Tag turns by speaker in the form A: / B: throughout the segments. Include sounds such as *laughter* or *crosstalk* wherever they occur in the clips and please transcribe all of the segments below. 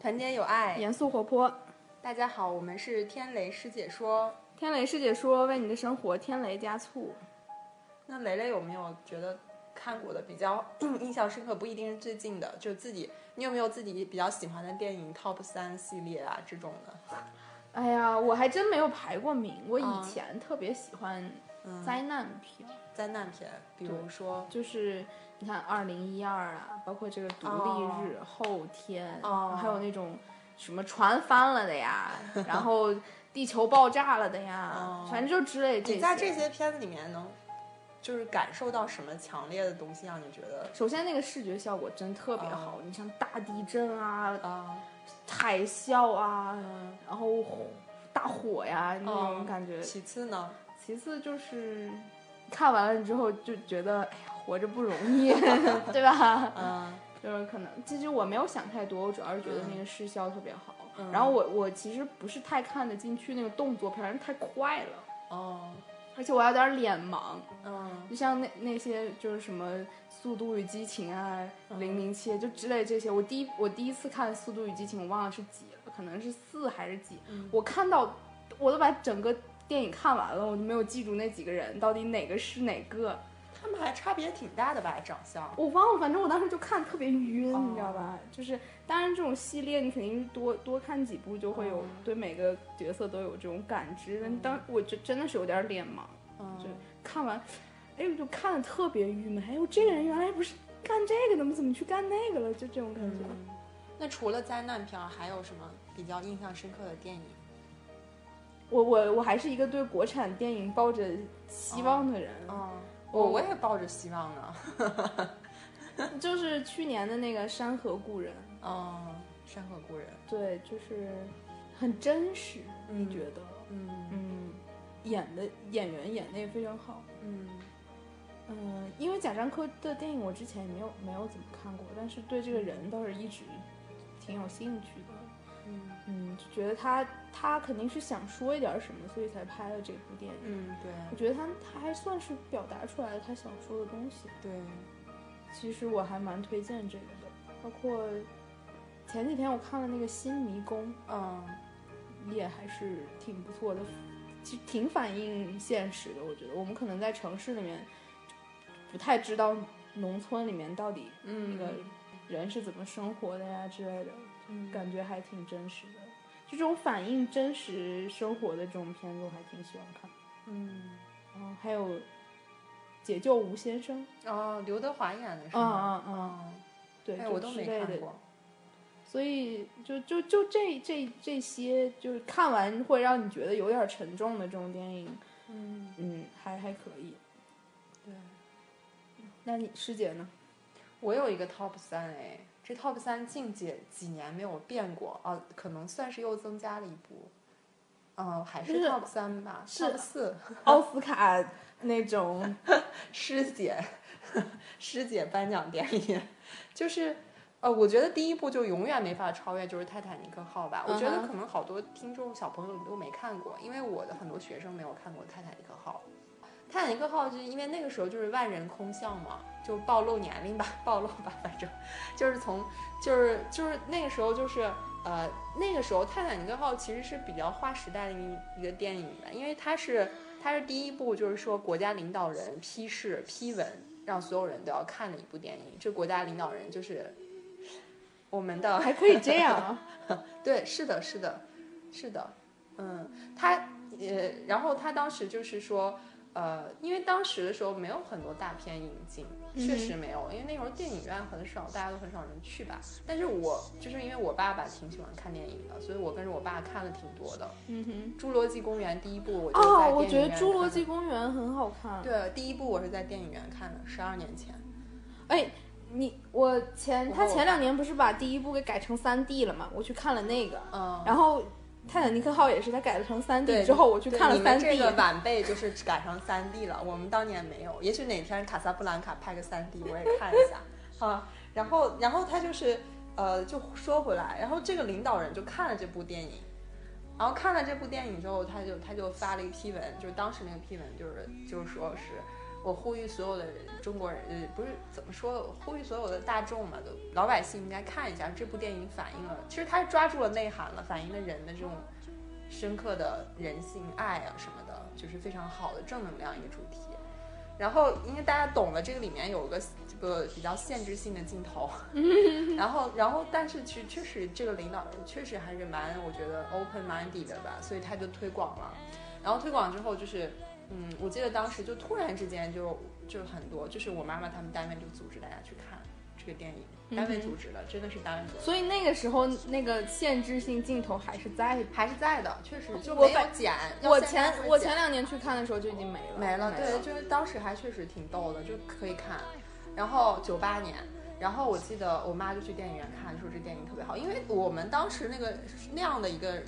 A: 团结友爱。
B: 严肃活泼。
A: 大家好，我们是天雷师姐说。
B: 天雷师姐说：“为你的生活添雷加醋。
A: 那蕾蕾有没有觉得看过的比较 *clears throat* 印象深刻？不一定是最近的，就自己，你有没有自己比较喜欢的电影 Top 三系列啊这种的？”
B: 哎呀，我还真没有排过名。我
A: 啊
B: 以前特别喜欢灾难片，
A: 灾难片，比如说，
B: 就是你看《二零一二》啊，包括这个《独立日》后天，
A: 哦
B: 还有那种什么船翻了的
A: *laughs*
B: 呀，然后地球爆炸了的呀，
A: 哦
B: 反正就之类这
A: 你在这些片子里面能就是感受到什么强烈的东西，让你觉得
B: 首先，那个视觉效果真特别好，
A: 哦
B: 你像大地震啊、
A: 啊，
B: 海啸啊，
A: 嗯，
B: 然后大火呀、那
A: 哦
B: 种感觉。
A: 其次呢，
B: 其次就是看完了之后就觉得，哎呀，活着不容易，对吧？
A: 嗯，
B: 就是可能，其实我没有想太多，我主要是觉得那个视效特别好。
A: 嗯
B: 然后我我其实不是太看得进去那个动作片，因为太快了，
A: 哦，
B: 而且我还有点脸盲。
A: 嗯，
B: 就像那那些就是什么《速度与激情》啊，《
A: 嗯
B: 零零七》就之类这些，我第一我第一次看《速度与激情》，我忘了是几了，可能是四还是几。
A: 嗯
B: 我看到我都把整个电影看完了，我就没有记住那几个人到底哪个是哪个，
A: 他们还差别挺大的吧，长相。
B: 我忘了。反正我当时就看特别晕，
A: 哦
B: 你知道吧？就是当然这种系列你肯定是多多看几部就会有、
A: 哦
B: 对每个角色都有这种感知，但当我就真的是有点脸盲。就
A: 嗯，
B: 看完，哎呦，就看的特别郁闷。哎呦，这个人原来不是干这个的吗？怎么去干那个了？就这种感觉。
A: 嗯那除了灾难片儿，还有什么比较印象深刻的电影？
B: 我我我还是一个对国产电影抱着希望的人。
A: 嗯，
B: 我
A: 我我也抱着希望呢。
B: 嗯 *laughs* 就是去年的那个《山河故人
A: 嗯，山河故人。》，
B: 对，就是很真实，
A: 嗯
B: 你觉得？
A: 嗯
B: 嗯，演的演员演的也非常好。
A: 嗯
B: 嗯，因为贾樟柯的电影我之前没有没有怎么看过，但是对这个人倒是一直挺有兴趣的。
A: 嗯
B: 嗯，就觉得他他肯定是想说一点什么，所以才拍了这部电影。
A: 嗯，
B: 我
A: 对
B: 觉得他他还算是表达出来了他想说的东西。
A: 对，
B: 其实我还蛮推荐这个的，包括前几天我看了那个《新迷宫
A: 嗯》，
B: 也还是挺不错的，其实挺反映现实的。我觉得我们可能在城市里面不太知道农村里面到底那
A: 嗯
B: 个人是怎么生活的呀之类的。
A: 嗯
B: 感觉还挺真实的。就这种反映真实生活的这种片子，我还挺喜欢看。
A: 嗯
B: 嗯，还有《解救吴先生》
A: 哦，刘德华演的是
B: 嗯，
A: 吗？
B: 嗯嗯
A: 嗯，
B: 对，
A: 哎，
B: 就
A: 我都
B: 之
A: 没
B: 类
A: 看
B: 的。
A: 过。
B: 所以就就就这这这些，就是看完会让你觉得有点沉重的这种电影，
A: 嗯，
B: 嗯，还还可以。
A: 对。
B: 那你师姐呢？
A: 我有一个 top 三哎，这 top 三近几几年没有变过啊，可能算是又增加了一部，嗯，还是
B: 是
A: top 三吧
B: 是
A: ，top 四
B: *laughs* 奥斯卡那种，
A: 师姐师姐颁奖典礼，就是呃，我觉得第一部就永远没法超越就是《泰坦尼克号》吧，我觉
B: 嗯
A: 得
B: 哼
A: 可能好多听众小朋友都没看过，因为我的很多学生没有看过《泰坦尼克号》。《泰坦尼克号》就是因为那个时候就是万人空巷嘛，就暴露年龄吧， *laughs* 暴露吧，反正就是从就是就是那个时候就是呃那个时候《泰坦尼克号》其实是比较划时代的一一个电影的，因为它是它是第一部就是说国家领导人批示批文让所有人都要看的一部电影，这国家领导人就是我们的
B: 还可以这样啊？
A: 对，是的，是的，是的，嗯，他呃，然后他当时就是说，呃，因为当时的时候没有很多大片引进，确
B: 嗯
A: 实没有，因为那时候电影院很少，大家都很少人去吧。但是我就是因为我爸爸挺喜欢看电影的，所以我跟着我爸看了挺多的。
B: 嗯哼。
A: 《侏罗纪公园》第一部我就在
B: 哦，
A: 电
B: 我
A: 影
B: 觉得
A: 院
B: 《侏
A: 看
B: 罗
A: 的
B: 纪公园》很好看。
A: 对第一部我是在电影院看的，十二年前。
B: 哎，你我前
A: 我
B: 他
A: 后
B: 前两年不是把第一部给改成三 D 了嘛？我去看了那个，
A: 嗯，
B: 然后《泰坦尼克号》也是他改了成三 D
A: 对
B: 之后，我去
A: 对
B: 看了
A: 你们
B: 三
A: 这
B: D
A: 个。晚辈就是赶上三 D 了，我们当年没有。也许哪天卡萨布兰卡拍个三 D，我也看一下啊。然后，然后他就是呃，就说回来，然后这个领导人就看了这部电影，然后看了这部电影之后，他就他就发了一个批文，就是当时那个批文就是就是说是我呼吁所有的中国人，呃，不是怎么说，呼吁所有的大众嘛，都老百姓应该看一下这部电影，反映了，其实它抓住了内涵了，反映了人的这种深刻的人性爱啊什么的，就是非常好的正能量一个主题。然后，因为大家懂了，这个里面有个这个比较限制性的镜
B: *laughs*
A: 头，然后，然后，但是其实确实这个领导人确实还是蛮我觉得 open minded 的吧，所以他就推广了。然后推广之后就是，嗯，我记得当时就突然之间就就很多，就是我妈妈他们单位就组织大家去看这个电影，单位
B: 嗯哼
A: 组织的，真的是单位组织的，
B: 所以那个时候那个限制性镜头还是在的。
A: 还是在的，确实就
B: 我
A: 没有
B: 反
A: 剪。要
B: 我
A: 现
B: 前
A: 在就会
B: 我
A: 剪
B: 前两年去看的时候就已经没了，
A: 没了，
B: 没
A: 对，就是当时还确实挺逗的，就可以看。然后九八年，然后我记得我妈就去电影院看，说这电影特别好，因为我们当时那个那样的一个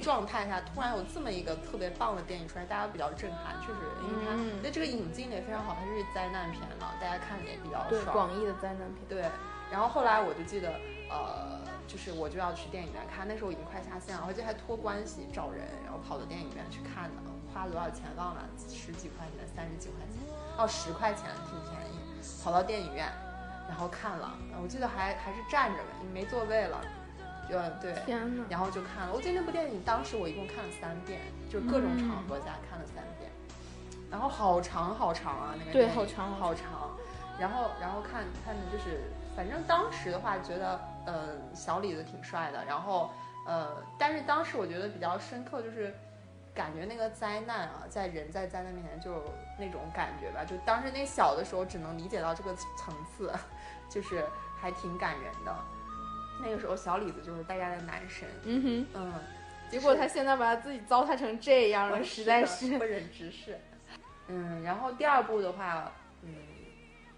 A: 状态下，突然有这么一个特别棒的电影出来，大家比较震撼，确实，因为它
B: 嗯
A: 那、这个引进的也非常好，它是灾难片嘛，大家看的也比较
B: 对
A: 爽。
B: 广义的灾难片。
A: 对，然后后来我就记得，呃，就是我就要去电影院看，那时候已经快下线了，而且还托关系找人，然后跑到电影院去看的，花了多少钱忘了，十几块钱，三十几块钱，哦，十块钱，挺便宜，跑到电影院，然后看了，呃我记得还还是站着的，没座位了，就对，
B: 天哪！
A: 然后就看了。我记得那部电影当时我一共看了三遍，就是各种
B: 嗯
A: 场合下看了三遍，然后好长好长啊，那个
B: 对
A: 电影
B: 好长
A: 好长。然后然后看看的就是，反正当时的话觉得，呃，小李子挺帅的。然后呃，但是当时我觉得比较深刻就是。感觉那个灾难啊，在人在灾难面前就有那种感觉吧，就当时那小的时候只能理解到这个层次， *laughs* 就是还挺感人的。那个时候小李子就是大家的男神，
B: 嗯哼，
A: 嗯，
B: 结果他现在把他自己糟蹋成这样
A: 我
B: 了，实在
A: 嗯是
B: 是
A: 不忍直视。嗯，然后第二部的话，嗯，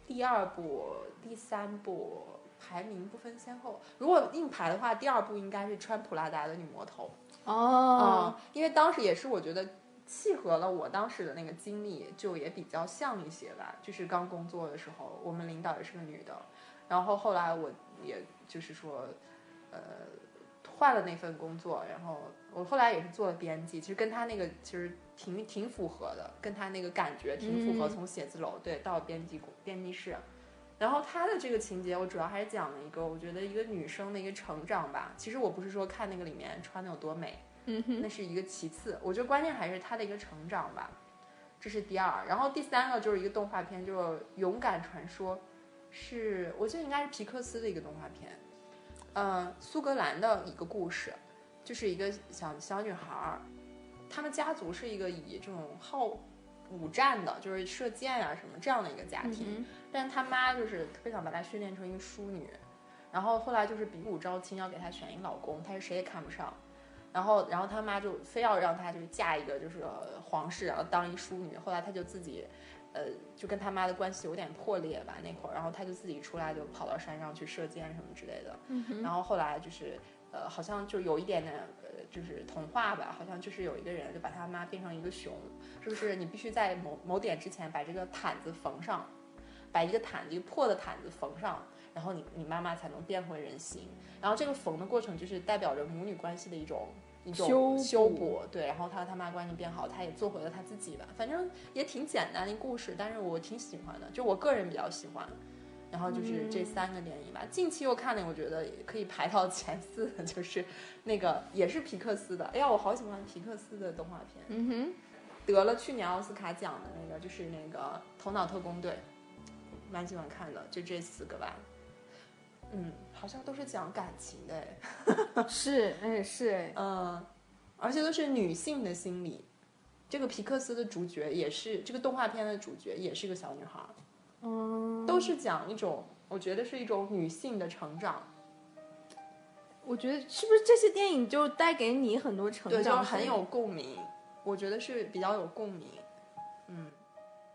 A: 第二部、第三部排名不分先后。如果硬排的话，第二部应该是穿普拉达的女魔头。
B: 哦
A: 嗯，因为当时也是我觉得契合了我当时的那个经历，就也比较像一些吧。就是刚工作的时候，我们领导也是个女的，然后后来我也就是说，呃，换了那份工作，然后我后来也是做了编辑，其实跟他那个其实挺挺符合的，跟他那个感觉挺符合。
B: 嗯
A: 从写字楼对到编辑部编辑室。然后他的这个情节，我主要还是讲了一个，我觉得一个女生的一个成长吧。其实我不是说看那个里面穿的有多美，
B: 嗯哼，
A: 那是一个其次，我觉得关键还是他的一个成长吧，这是第二。然后第三个就是一个动画片，就是《勇敢传说》是，我记得应该是皮克斯的一个动画片，呃，苏格兰的一个故事，就是一个小小女孩儿，他们家族是一个以这种好武战的，就是射箭啊什么这样的一个家庭。
B: 嗯
A: 但是他妈就是特别想把她训练成一个淑女，然后后来就是比武招亲，要给她选一个老公，她是谁也看不上。然后，然后他妈就非要让她就是嫁一个就是呃皇室，然后当一淑女。后来她就自己，呃，就跟他妈的关系有点破裂吧那会儿，然后她就自己出来就跑到山上去射箭什么之类的。
B: 嗯哼
A: 然后后来就是呃，好像就有一点点呃，就是童话吧，好像就是有一个人就把他妈变成一个熊，就是你必须在某某点之前把这个毯子缝上，把一个毯子一个破的毯子缝上，然后你你妈妈才能变回人形。然后这个缝的过程就是代表着母女关系的一种。一种
B: 修
A: 修
B: 补
A: 补，对，然后他和他妈关系变好，他也做回了他自己吧，反正也挺简单的故事，但是我挺喜欢的，就我个人比较喜欢。然后就是这三个电影吧。近期又看的，我觉得也可以排到 *laughs* 前四的，就是那个也是皮克斯的。哎呀，我好喜欢皮克斯的动画片，
B: 嗯哼，
A: 得了去年奥斯卡奖的那个，就是那个《头脑特工队》，蛮喜欢看的。就这四个吧。嗯，好像都是讲感情的哎， *laughs*
B: 是，哎是哎，
A: 嗯，而且都是女性的心理。这个皮克斯的主角也是这个动画片的主角，也是个小女孩。
B: 嗯，
A: 都是讲一种，我觉得是一种女性的成长，
B: 我觉得是不是这些电影就带给你很多成
A: 对，就是
B: 长，
A: 很有共鸣，我觉得是比较有共鸣，嗯，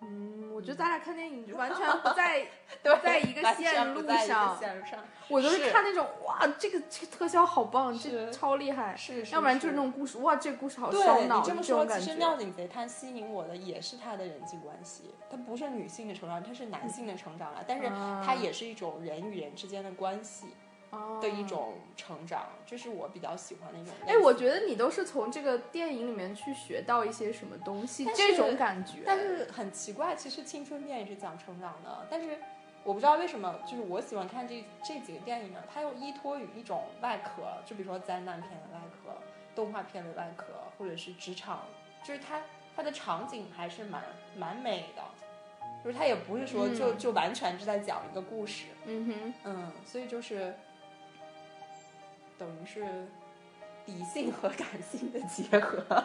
B: 嗯，我觉得咱俩看电影就完全不 *laughs* 在
A: 对
B: 在一个
A: 完
B: 线
A: 全不
B: 路
A: 在一个
B: 上
A: 线路上
B: 我都
A: 是
B: 是看那种哇，这个这个特效好棒，
A: 是
B: 这超厉害。
A: 是，
B: 要不然就是那
A: 种
B: 种故事，哇，这个故事好烧
A: 对
B: 脑，
A: 你这么
B: 种
A: 说，
B: 感
A: 其实《
B: 觉。
A: 妙景贼探》吸引我的也是他的人际关系，它不是女性的成长，它是男性的成长啊，但是
B: 啊
A: 它也是一种人与人之间的关系，的一种成长，这是我比较喜欢的一种类型。
B: 哎，我觉得你都是从这个电影里面去学到一些什么东西，
A: 但是
B: 这种感觉。
A: 但是很奇怪，其实青春片也是讲成长的，但是我不知道为什么，就是我喜欢看这这几个电影呢，它又依托于一种外壳，就比如说灾难片的外壳、动画片的外壳，或者是职场，就是它它的场景还是蛮蛮美的，就是它也不是说就、
B: 嗯
A: 就完全是在讲一个故事，
B: 嗯哼，
A: 嗯，所以就是等于是理性和感性的结合。 *laughs*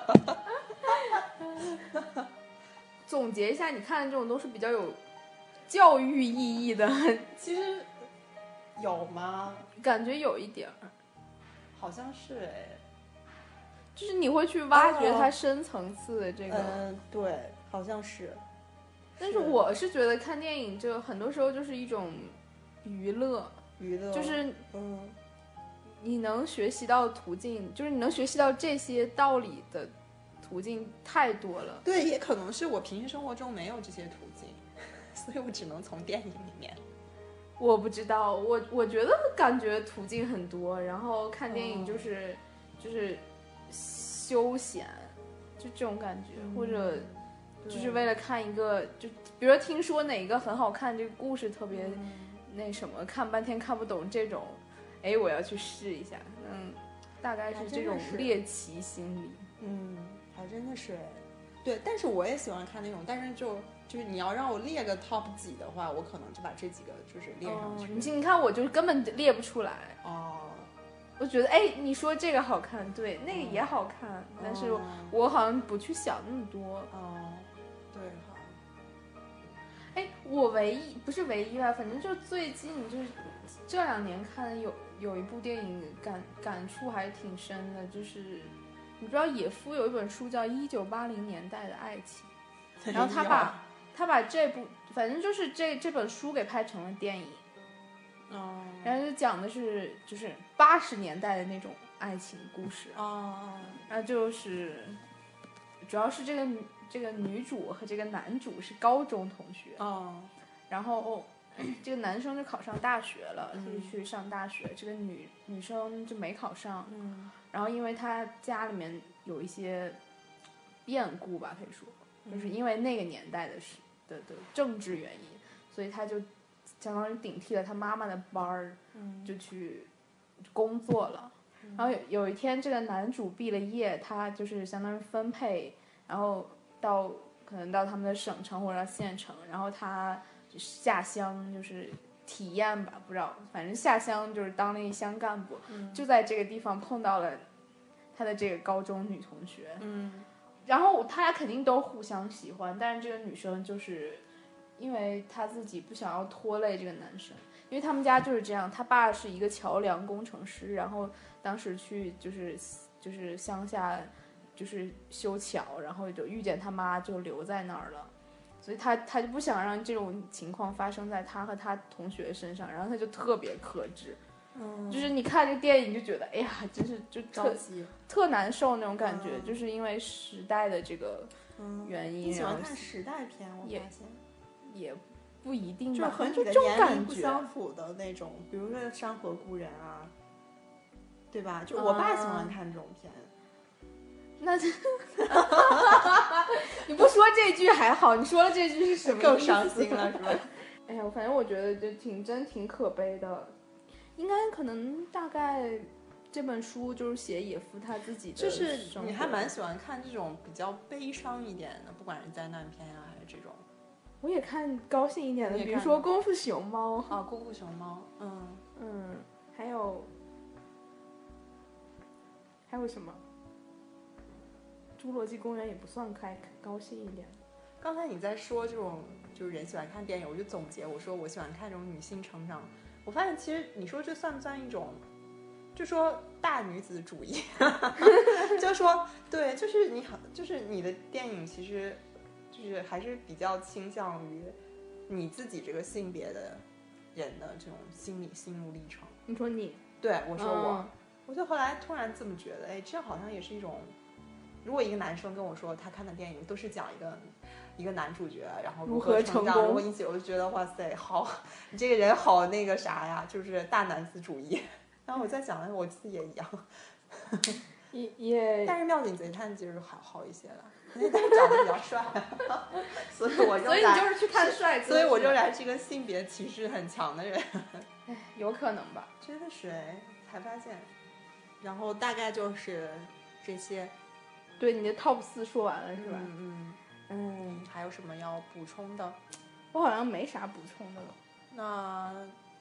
B: 总结一下，你看的这种都是比较有教育意义的，
A: 其实有吗？
B: 感觉有一点儿，
A: 好像是哎，
B: 就是你会去挖掘
A: 哦
B: 它深层次的这个。
A: 嗯，对，好像是。
B: 但是我是觉得看电影这个很多时候就是一种娱乐，
A: 娱乐
B: 就是
A: 嗯，
B: 你能学习到途径，就是你能学习到这些道理的途径太多了。
A: 对，也可能是我平时生活中没有这些途径， *laughs* 所以我只能从电影里面。
B: 我不知道，我我觉得感觉途径很多，然后看电影
A: 哦
B: 就是、就是休闲，就这种感觉，
A: 嗯
B: 或者就是为了看一个，就比如说听说哪一个很好看，这个故事特别那什么，看半天看不懂这种，哎，我要去试一下，嗯，大概是这种
A: 还真的是
B: 猎奇心理。
A: 嗯，还真的是哎。对，但是我也喜欢看那种，但是就就是你要让我列个 top 几的话，我可能就把这几个就是列上
B: 哦你
A: 去。
B: 你看我就是根本列不出来，
A: 哦，
B: 我觉得哎，你说这个好看，对，那个也好看，但是
A: 哦
B: 我好像不去想那么多。
A: 哦，对哈，
B: 哎，我唯一不是唯一吧，反正就是最近就是这两年看的有有一部电影感感触还挺深的，就是你知道野夫有一本书叫《一九八零年代的爱情》，然后
A: *laughs*
B: 他把他把这部反正就是这这本书给拍成了电影，
A: 哦
B: 然后就讲的是就是八十年代的那种爱情故事，
A: 哦
B: 然后就是主要是这个这个女主和这个男主是高中同学，
A: 哦
B: 然后、这个男生就考上大学了，
A: 嗯
B: 就是去上大学。这个女女生就没考上，
A: 嗯
B: 然后因为她家里面有一些变故吧，可以说，就是因为那个年代的事的的政治原因，所以她就相当于顶替了她妈妈的班儿，
A: 嗯
B: 就去工作了。然后有有一天，这个男主毕了业，他就是相当于分配，然后到可能到他们的省城或者到县城，然后他下乡就是体验吧，不知道，反正下乡就是当了一乡干部，
A: 嗯
B: 就在这个地方碰到了他的这个高中女同学，
A: 嗯
B: 然后他俩肯定都互相喜欢，但是这个女生就是因为她自己不想要拖累这个男生，因为他们家就是这样，他爸是一个桥梁工程师，然后当时去就是就是乡下就是修桥，然后就遇见他妈就留在那儿了。所以他他就不想让这种情况发生在他和他同学身上，然后他就特别克制，
A: 嗯
B: 就是你看这个电影就觉得，哎呀，真是就特
A: 着急。
B: 特难受那种感觉，
A: 嗯
B: 就是因为时代的这个
A: 嗯，
B: 原因，
A: 你喜
B: 然
A: 欢
B: 后
A: 看时代片，我
B: 也
A: 发现
B: 也不一定
A: 就是
B: 吧，
A: 和你
B: 就
A: 的
B: 这种
A: 年龄
B: 感
A: 不
B: 觉。
A: 相符的那种，比如说《山河故人》啊，对吧？就我爸喜欢看这种片。
B: 那 *laughs* 你不说这句还好，你说了这句是什么？
A: 更伤心。了是吧？
B: *laughs*
A: *laughs*
B: 哎呀，反正我觉得就挺真挺可悲的，应该可能大概这本书就是写野夫他自己的
A: 就
B: 生活，
A: 是你还蛮喜欢看这种比较悲伤一点的，不管是灾难片啊，还是这种
B: 我也看高兴一点的，
A: 你也
B: 比如
A: 看
B: 说
A: 吗
B: 《功夫熊猫》，
A: 啊，《功夫熊猫》嗯，
B: 嗯，还有还有什么？《侏罗纪公园》也不算开高兴一点。
A: 刚才你在说这种就是人喜欢看电影，我就总结我说我喜欢看这种女性成长。我发现其实你说这算不算一种，就说大女子主义， *laughs* 就说对，就是你很就是你的电影其实就是还是比较倾向于你自己这个性别的人的这种心理心路历程。
B: 你说你，
A: 对我
B: 我
A: 说我，我就后来突然这么觉得，哎，这好像也是一种，如果一个男生跟我说他看的电影都是讲一个一个男主角，然后
B: 如何
A: 何成
B: 成
A: 长，
B: 功
A: 如何一起，我就觉得哇塞，好， *laughs* 你这个人好那个啥呀，就是大男子主义。 *laughs* 然后我在想，哎我自己也一样， *laughs*
B: 也也
A: 但是妙景贼探就是好好一些了，因为他长得比较帅， *laughs* 所以我仍
B: 所以你
A: 然，
B: 就是去看帅哥，
A: 所以我仍
B: 是吧
A: 然是一个性别歧视很强的人。 *laughs*
B: 哎有可能吧。
A: 真的是哎，才发现。然后大概就是这些，
B: 对，你的 top 四说完了是吧？
A: 嗯
B: 嗯，
A: 嗯，还有什么要补充的？
B: 我好像没啥补充的了。
A: 那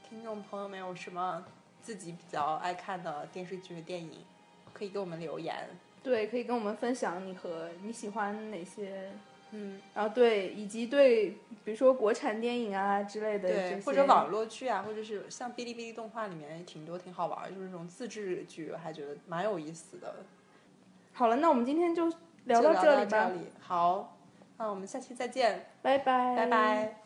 A: 听众朋友们有什么自己比较爱看的电视剧、电影，可以给我们留言。
B: 对，可以跟我们分享你和你喜欢哪些，
A: 嗯，
B: 然后对，以及对，比如说国产电影啊之类的这
A: 对，
B: 些，
A: 或者网络剧啊，或者是像哔哩哔哩动画里面也挺多挺好玩儿，就是那种自制剧，我还觉得蛮有意思的。
B: 好了，那我们今天就聊
A: 就聊
B: 到这
A: 到
B: 里吧，
A: 这里，好，那我们下期再见，
B: 拜拜，
A: 拜拜。